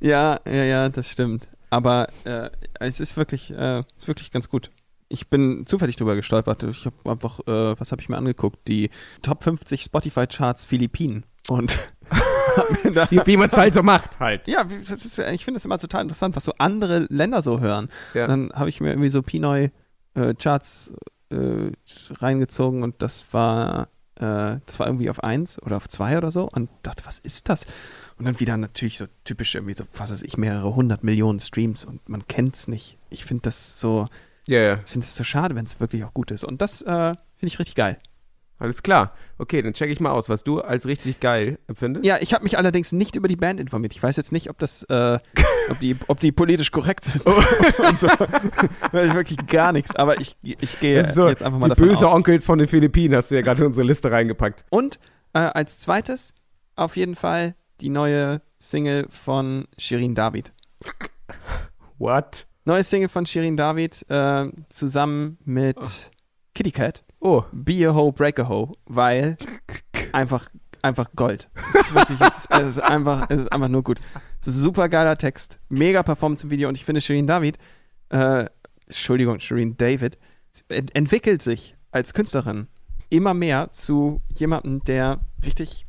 Speaker 2: Ja, ja, ja, das stimmt. Aber äh, es ist wirklich, äh, es ist wirklich ganz gut. Ich bin zufällig drüber gestolpert. Ich habe einfach, äh, was habe ich mir angeguckt? Die Top 50 Spotify Charts Philippinen. Und hab mir da,
Speaker 1: wie, wie man es halt so macht, halt.
Speaker 2: ja, wie- das ist, ich finde es immer total interessant, was so andere Länder so hören.
Speaker 1: Ja.
Speaker 2: Und dann habe ich mir irgendwie so Pinoy äh, Charts äh, reingezogen und das war, äh, das war irgendwie auf eins oder auf zwei oder so und dachte, was ist das? Und dann wieder natürlich so typisch irgendwie so, was weiß ich, mehrere hundert Millionen Streams und man kennt's nicht. Ich finde das so,
Speaker 1: Ja, ja.
Speaker 2: ich finde es so schade, wenn es wirklich auch gut ist. Und das äh, finde ich richtig geil.
Speaker 1: Alles klar. Okay, dann checke ich mal aus, was du als richtig geil empfindest.
Speaker 2: Ja, ich habe mich allerdings nicht über die Band informiert. Ich weiß jetzt nicht, ob das, äh, ob, die, ob die politisch korrekt sind.
Speaker 1: Oh.
Speaker 2: Und so. Weiß ich wirklich gar nichts. Aber ich, ich gehe
Speaker 1: Das ist Also so,
Speaker 2: jetzt einfach mal
Speaker 1: die
Speaker 2: davon
Speaker 1: böse
Speaker 2: aus.
Speaker 1: Onkels von den Philippinen hast du ja gerade in unsere Liste reingepackt.
Speaker 2: Und äh, als zweites auf jeden Fall die neue Single von Shirin David.
Speaker 1: What?
Speaker 2: Neue Single von Shirin David äh, zusammen mit Kitty Cat.
Speaker 1: Oh,
Speaker 2: Be a Ho, Break a Ho, weil einfach, einfach Gold. Es ist wirklich, es ist, es ist, einfach, es ist einfach nur gut. Es ist ein super geiler Text, mega Performance im Video und ich finde Shirin David, äh, Entschuldigung, Shirin David, ent entwickelt sich als Künstlerin immer mehr zu jemandem, der richtig,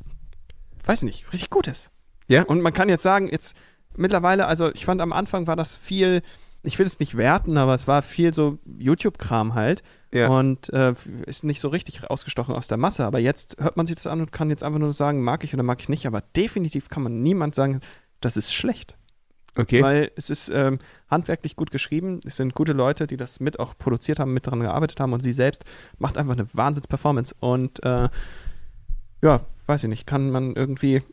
Speaker 2: weiß nicht, richtig gut ist.
Speaker 1: Ja.
Speaker 2: Und man kann jetzt sagen, jetzt mittlerweile, also ich fand am Anfang war das viel, ich will es nicht werten, aber es war viel so YouTube-Kram halt.
Speaker 1: Ja.
Speaker 2: Und äh, ist nicht so richtig ausgestochen aus der Masse. Aber jetzt hört man sich das an und kann jetzt einfach nur sagen, mag ich oder mag ich nicht. Aber definitiv kann man niemand sagen, das ist schlecht.
Speaker 1: okay.
Speaker 2: Weil es ist ähm, handwerklich gut geschrieben. Es sind gute Leute, die das mit auch produziert haben, mit dran gearbeitet haben. Und sie selbst macht einfach eine Wahnsinns-Performance. Und äh, ja, weiß ich nicht, kann man irgendwie,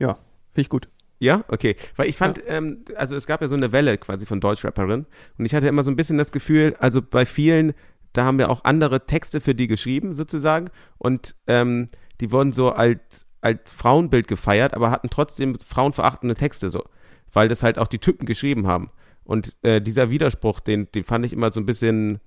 Speaker 2: ja, finde ich gut.
Speaker 1: Ja, okay. Weil ich fand, ähm, also es gab ja so eine Welle quasi von Deutschrapperinnen und ich hatte immer so ein bisschen das Gefühl, also bei vielen, da haben wir auch andere Texte für die geschrieben sozusagen und ähm, die wurden so als, als Frauenbild gefeiert, aber hatten trotzdem frauenverachtende Texte so, weil das halt auch die Typen geschrieben haben. Und äh, dieser Widerspruch, den, den fand ich immer so ein bisschen,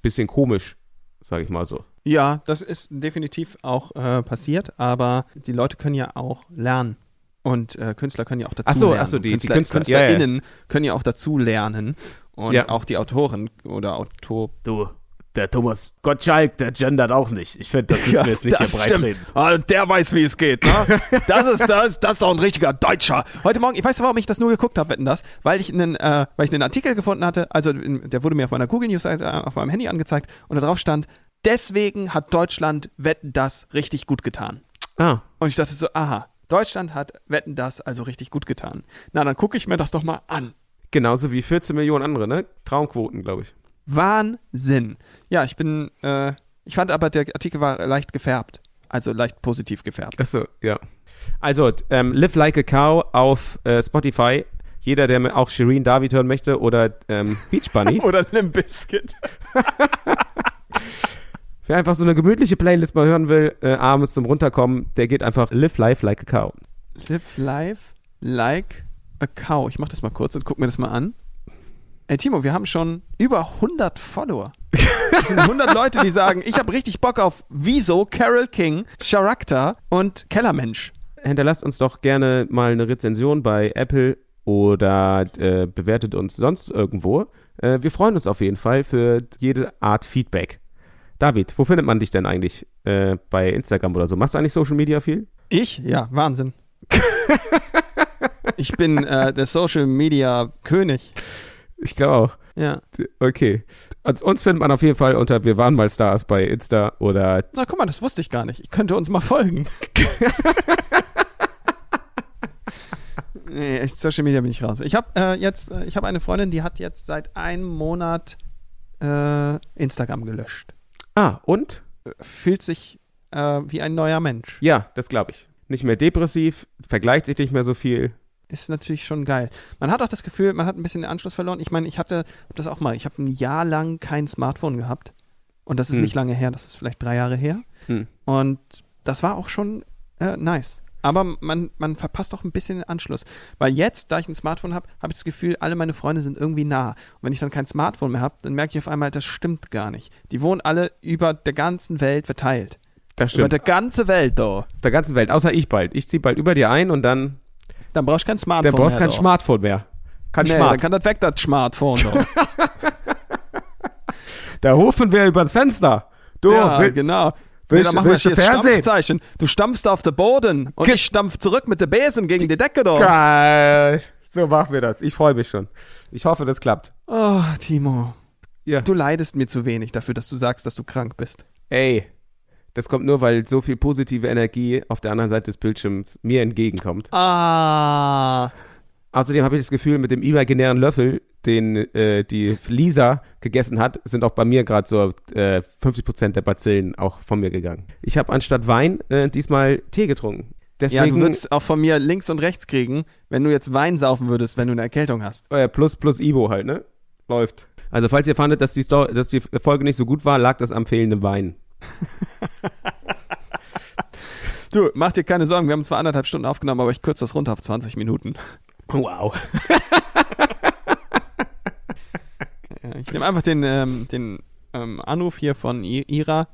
Speaker 1: bisschen komisch, sage ich mal so.
Speaker 2: Ja, das ist definitiv auch äh, passiert, aber die Leute können ja auch lernen. Und äh, Künstler können ja auch dazu
Speaker 1: Ach so,
Speaker 2: lernen.
Speaker 1: ach so, die- die
Speaker 2: Künstler,
Speaker 1: Künstler- ja, ja.
Speaker 2: KünstlerInnen können ja auch dazu lernen. Und
Speaker 1: Ja.
Speaker 2: auch die Autoren oder Autor.
Speaker 8: Du, der Thomas Gottschalk, der gendert auch nicht. Ich finde, das müssen wir jetzt nicht hier breitreden.
Speaker 2: Ah, der weiß, wie es geht. Ne? Das, ist, das, das ist doch ein richtiger Deutscher. Heute Morgen, ich weiß nicht, warum ich das nur geguckt habe, wetten das, weil ich einen, äh, weil ich einen Artikel gefunden hatte, also in, der wurde mir auf meiner Google News Seite, äh, auf meinem Handy angezeigt und da drauf stand, deswegen hat Deutschland wetten das richtig gut getan.
Speaker 1: Ah,
Speaker 2: Und ich dachte so, aha, Deutschland hat Wetten das also richtig gut getan. Na, dann gucke ich mir das doch mal an.
Speaker 1: genauso wie 14 Millionen andere, ne? Traumquoten, glaube ich.
Speaker 2: Wahnsinn. Ja, ich bin, äh, ich fand aber, der Artikel war leicht gefärbt. Also leicht positiv gefärbt.
Speaker 1: Achso, ja. Also, ähm, Live Like a Cow auf äh, Spotify. Jeder, der mi- auch Shireen David hören möchte oder ähm, Beach Bunny.
Speaker 2: Oder Limp Biscuit.
Speaker 1: Wer einfach so eine gemütliche Playlist mal hören will, äh, abends zum Runterkommen, der geht einfach Live Life Like a Cow.
Speaker 2: Live life like a cow. Ich mach das mal kurz und guck mir das mal an. Ey, Timo, wir haben schon über 100 Follower. Das sind 100 Leute, die sagen, ich habe richtig Bock auf Wieso, Carol King, Charakter und Kellermensch.
Speaker 1: Hinterlasst uns doch gerne mal eine Rezension bei Apple oder äh, bewertet uns sonst irgendwo. Äh, wir freuen uns auf jeden Fall für jede Art Feedback. David, wo findet man dich denn eigentlich äh, bei Instagram oder so? Machst du eigentlich Social Media viel?
Speaker 2: Ich? Ja, Wahnsinn. ich bin äh, der Social Media König.
Speaker 1: Ich glaube auch.
Speaker 2: Ja.
Speaker 1: Okay. Also uns findet man auf jeden Fall unter Wir waren mal Stars bei Insta oder
Speaker 2: Na, guck mal, das wusste ich gar nicht. Ich könnte uns mal folgen. nee, echt, Social Media bin ich raus. Ich habe äh, jetzt, äh, ich habe eine Freundin, die hat jetzt seit einem Monat äh, Instagram gelöscht.
Speaker 1: Ah, und?
Speaker 2: Fühlt sich äh, wie ein neuer Mensch.
Speaker 1: Ja, das glaube ich. Nicht mehr depressiv, vergleicht sich nicht mehr so viel.
Speaker 2: ist natürlich schon geil. Man hat auch das Gefühl, man hat ein bisschen den Anschluss verloren. Ich meine, ich hatte hab das auch mal. Ich habe ein Jahr lang kein Smartphone gehabt. Und das ist
Speaker 1: Hm.
Speaker 2: nicht lange her, das ist vielleicht drei Jahre her.
Speaker 1: Hm.
Speaker 2: Und das war auch schon äh, nice. Aber man, man verpasst auch ein bisschen den Anschluss. Weil jetzt, da ich ein Smartphone habe, habe ich das Gefühl, alle meine Freunde sind irgendwie nah. Und wenn ich dann kein Smartphone mehr habe, dann merke ich auf einmal, das stimmt gar nicht. Die wohnen alle über der ganzen Welt verteilt.
Speaker 1: Das
Speaker 2: Über
Speaker 1: stimmt.
Speaker 2: der ganzen Welt, da.
Speaker 1: Auf der ganzen Welt, außer ich bald. Ich ziehe bald über dir ein und dann.
Speaker 2: Dann brauchst du kein Smartphone
Speaker 1: Dann brauchst
Speaker 2: mehr,
Speaker 1: kein
Speaker 2: da.
Speaker 1: Smartphone mehr. Kein
Speaker 2: halt Nee, dann
Speaker 1: Smart.
Speaker 2: kann das weg, das Smartphone, da.
Speaker 1: da rufen wir übers Fenster. Du,
Speaker 2: ja,
Speaker 1: will-
Speaker 2: genau.
Speaker 1: willst-
Speaker 2: nee, dann machen wir
Speaker 1: willst du
Speaker 2: hier
Speaker 1: Fernsehen?
Speaker 2: Stampfzeichen. Du stampfst auf den Boden und
Speaker 1: Ge-
Speaker 2: ich stampf zurück mit der Besen gegen die Decke da.
Speaker 1: geil. So machen wir das. Ich freue mich schon. Ich hoffe, das klappt.
Speaker 2: Oh, Timo.
Speaker 1: Ja.
Speaker 2: Du leidest mir zu wenig dafür, dass du sagst, dass du krank bist.
Speaker 1: Ey, das kommt nur, weil so viel positive Energie auf der anderen Seite des Bildschirms mir entgegenkommt.
Speaker 2: Ah.
Speaker 1: Außerdem habe ich das Gefühl, mit dem imaginären Löffel, den äh, die Lisa gegessen hat, sind auch bei mir gerade so äh, 50% der Bazillen auch von mir gegangen. Ich habe anstatt Wein äh, diesmal Tee getrunken.
Speaker 2: Ja, du
Speaker 1: Deswegen
Speaker 2: würdest auch von mir links und rechts kriegen, wenn du jetzt Wein saufen würdest, wenn du eine Erkältung hast.
Speaker 1: äh, plus plus Ibo halt, ne? Läuft. Also falls ihr fandet, dass die, Story, dass die Folge nicht so gut war, lag das am fehlenden Wein.
Speaker 2: Du, mach dir keine Sorgen, wir haben zwar anderthalb Stunden aufgenommen, aber ich kürze das runter auf 20 Minuten.
Speaker 1: Wow.
Speaker 2: Ich nehme einfach den, ähm, den ähm, Anruf hier von I Ira.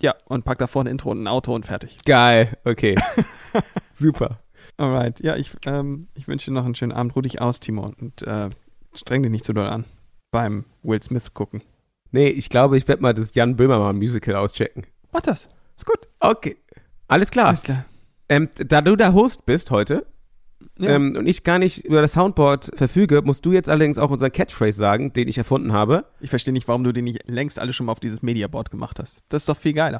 Speaker 2: Ja, und pack da vorne Intro und ein Auto und fertig.
Speaker 1: Geil, okay. Super.
Speaker 2: Alright, ja, ich, ähm, ich wünsche dir noch einen schönen Abend. Ruh dich aus, Timo, und äh, streng dich nicht zu doll an beim Will Smith gucken.
Speaker 1: Nee, ich glaube, ich werde mal das Jan Böhmermann Musical auschecken.
Speaker 2: Mach das. Ist gut.
Speaker 1: Okay. Alles klar.
Speaker 2: Alles klar.
Speaker 1: Ähm, da du der Host bist heute
Speaker 2: Ja.
Speaker 1: ähm, und ich gar nicht über das Soundboard verfüge, musst du jetzt allerdings auch unseren Catchphrase sagen, den ich erfunden habe.
Speaker 2: Ich verstehe nicht, warum du den nicht längst alle schon mal auf dieses Mediaboard gemacht hast. Das ist doch viel geiler.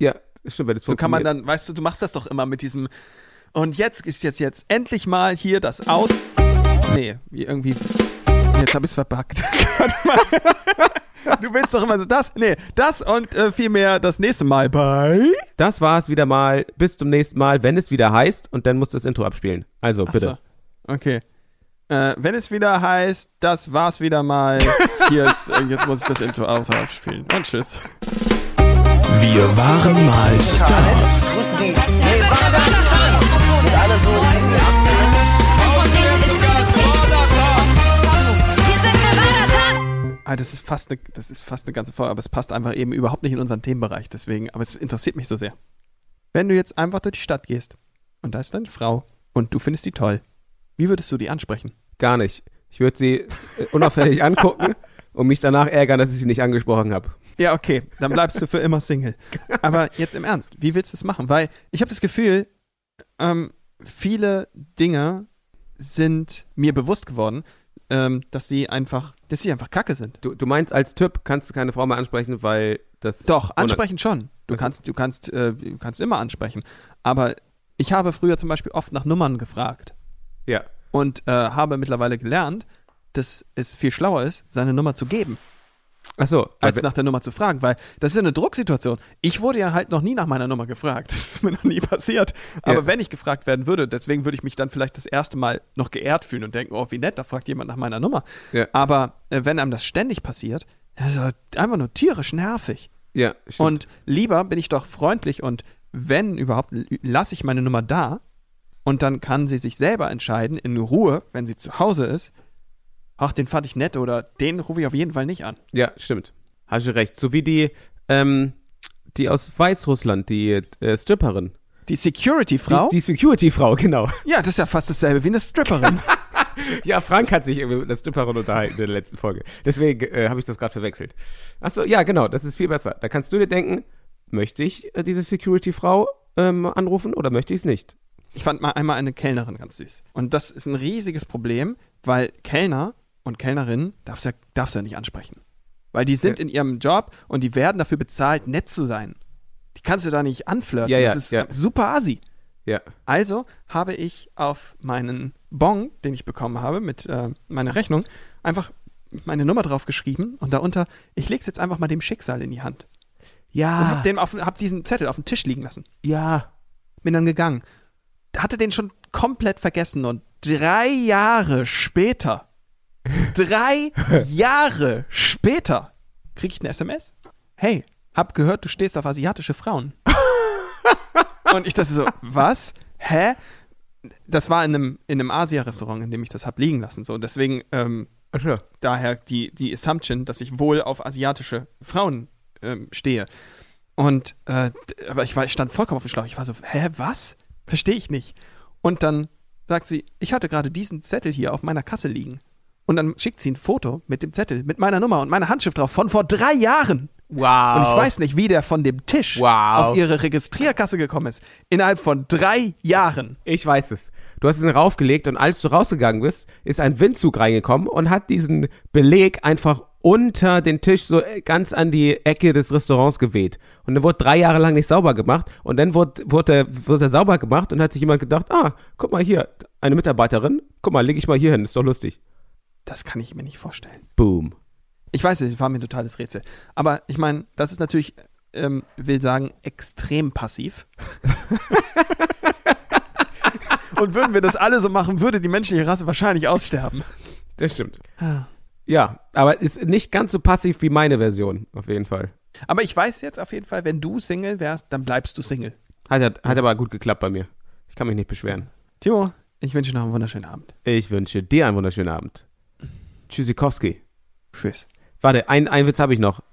Speaker 1: Ja, stimmt, weil das
Speaker 2: So kann man
Speaker 1: funktioniert.
Speaker 2: dann, weißt du, du machst das doch immer mit diesem. Und jetzt ist jetzt jetzt endlich mal hier das Out. Nee, wie irgendwie. Jetzt habe ich es verpackt. Warte mal. du willst doch immer so das. Nee, das und äh, vielmehr das nächste Mal bei.
Speaker 1: Das war's wieder mal. Bis zum nächsten Mal, wenn es wieder heißt und dann muss das Intro abspielen. Also, bitte.
Speaker 2: So. Okay. Äh, wenn es wieder heißt, das war's wieder mal. Hier ist, äh, jetzt muss ich das Intro Auto abspielen. Und tschüss.
Speaker 5: Wir waren mal Stars.
Speaker 6: Von denen ist zumindest ich. Wir sind Nevada Tan.
Speaker 2: Ah, das ist fast eine, das ist fast eine ganze Folge, aber es passt einfach eben überhaupt nicht in unseren Themenbereich. Deswegen, aber es interessiert mich so sehr. Wenn du jetzt einfach durch die Stadt gehst und da ist deine Frau und du findest die toll, wie würdest du die ansprechen?
Speaker 1: Gar nicht. Ich würde sie äh, unauffällig angucken und mich danach ärgern, dass ich sie nicht angesprochen habe.
Speaker 2: Ja, okay, dann bleibst du für immer Single. Aber jetzt im Ernst, wie willst du es machen? Weil ich habe das Gefühl, ähm, viele Dinge sind mir bewusst geworden, ähm, dass sie einfach, dass sie einfach Kacke sind.
Speaker 1: Du, du meinst, als Typ kannst du keine Frau mehr ansprechen, weil das.
Speaker 2: Doch,
Speaker 1: Oder-
Speaker 2: ansprechen schon. Du
Speaker 1: Also-
Speaker 2: kannst, du kannst, äh, du kannst immer ansprechen. Aber ich habe früher zum Beispiel oft nach Nummern gefragt
Speaker 1: Ja.
Speaker 2: und äh, habe mittlerweile gelernt, dass es viel schlauer ist, seine Nummer zu geben,
Speaker 1: Ach so.
Speaker 2: als nach der Nummer zu fragen, weil das ist ja eine Drucksituation. Ich wurde ja halt noch nie nach meiner Nummer gefragt. Das ist mir noch nie passiert. Aber
Speaker 1: Ja.
Speaker 2: wenn ich gefragt werden würde, deswegen würde ich mich dann vielleicht das erste Mal noch geehrt fühlen und denken, oh, wie nett, da fragt jemand nach meiner Nummer.
Speaker 1: Ja.
Speaker 2: Aber äh, wenn einem das ständig passiert, das ist halt einfach nur tierisch nervig.
Speaker 1: ja, stimmt.
Speaker 2: Und lieber bin ich doch freundlich und wenn überhaupt, l- lasse ich meine Nummer da und dann kann sie sich selber entscheiden, in Ruhe, wenn sie zu Hause ist, ach, den fand ich nett oder den rufe ich auf jeden Fall nicht an.
Speaker 1: Ja, stimmt. Hast du recht. So wie die, ähm, die aus Weißrussland, die äh, Stripperin.
Speaker 2: Die Security-Frau?
Speaker 1: Die, die Security-Frau, genau.
Speaker 2: Ja, das ist ja fast dasselbe wie eine Stripperin.
Speaker 1: Ja, Frank hat sich irgendwie mit der Stripperin unterhalten in der letzten Folge. Deswegen äh, habe ich das gerade verwechselt. Achso, ja, genau, das ist viel besser. Da kannst du dir denken, möchte ich äh, diese Security-Frau ähm, anrufen oder möchte ich es nicht?
Speaker 2: ich fand mal einmal eine Kellnerin ganz süß. Und das ist ein riesiges Problem, weil Kellner und Kellnerinnen darfst du ja, darfst du ja nicht ansprechen. Weil die sind
Speaker 1: Ja.
Speaker 2: in ihrem Job und die werden dafür bezahlt, nett zu sein. Die kannst du da nicht anflirten.
Speaker 1: Ja, ja,
Speaker 2: das ist
Speaker 1: ja.
Speaker 2: super assi.
Speaker 1: Ja.
Speaker 2: Also habe ich auf meinen Bon, den ich bekommen habe, mit äh, meiner Rechnung, einfach meine Nummer drauf geschrieben und darunter, ich leg's jetzt einfach mal dem Schicksal in die Hand. Und hab,
Speaker 1: Ja,
Speaker 2: dem auf, hab diesen Zettel auf dem Tisch liegen lassen.
Speaker 1: ja.
Speaker 2: Bin dann gegangen. Hatte den schon komplett vergessen und drei Jahre später, drei Jahre später, krieg ich eine SMS. Hey, hab gehört, du stehst auf asiatische Frauen. Und ich dachte so, was? Hä? Das war in einem, in einem Asia-Restaurant, in dem ich das hab liegen lassen. So, deswegen, ähm,
Speaker 1: Achso.
Speaker 2: daher die, die Assumption, dass ich wohl auf asiatische Frauen ähm, stehe. Und äh, d- aber ich, war, ich stand vollkommen auf dem Schlauch. Ich war so, hä, was? Verstehe ich nicht. Und dann sagt sie, ich hatte gerade diesen Zettel hier auf meiner Kasse liegen. Und dann schickt sie ein Foto mit dem Zettel, mit meiner Nummer und meiner Handschrift drauf von vor drei Jahren.
Speaker 1: Wow.
Speaker 2: Und ich weiß nicht, wie der von dem Tisch
Speaker 1: Wow.
Speaker 2: auf ihre Registrierkasse gekommen ist. Innerhalb von drei Jahren.
Speaker 1: Ich weiß es. Du hast es raufgelegt und als du rausgegangen bist, ist ein Windzug reingekommen und hat diesen Beleg einfach unter den Tisch so äh, ganz an die Ecke des Restaurants geweht. Und dann wurde drei Jahre lang nicht sauber gemacht und dann wurde, wurde, er- wurde er sauber gemacht und hat sich jemand gedacht, ah, guck mal hier, eine Mitarbeiterin. Guck mal, leg ich mal hier hin, ist doch lustig.
Speaker 2: Das kann ich mir nicht vorstellen.
Speaker 1: Boom.
Speaker 2: Ich weiß nicht, war mir ein totales Rätsel. Aber ich meine, das ist natürlich, ähm, will sagen, extrem passiv. Und würden wir das alle so machen, würde die menschliche Rasse wahrscheinlich aussterben.
Speaker 1: Das stimmt. Ja, aber ist nicht ganz so passiv wie meine Version, auf jeden Fall.
Speaker 2: Aber ich weiß jetzt auf jeden Fall, wenn du Single wärst, dann bleibst du Single.
Speaker 1: Hat, hat, hat aber gut geklappt bei mir. Ich kann mich nicht beschweren.
Speaker 2: Timo, ich wünsche dir noch einen wunderschönen Abend.
Speaker 1: Ich wünsche dir einen wunderschönen Abend. Tschüssikowski.
Speaker 2: Tschüss.
Speaker 1: Warte, ein, ein Witz habe ich noch.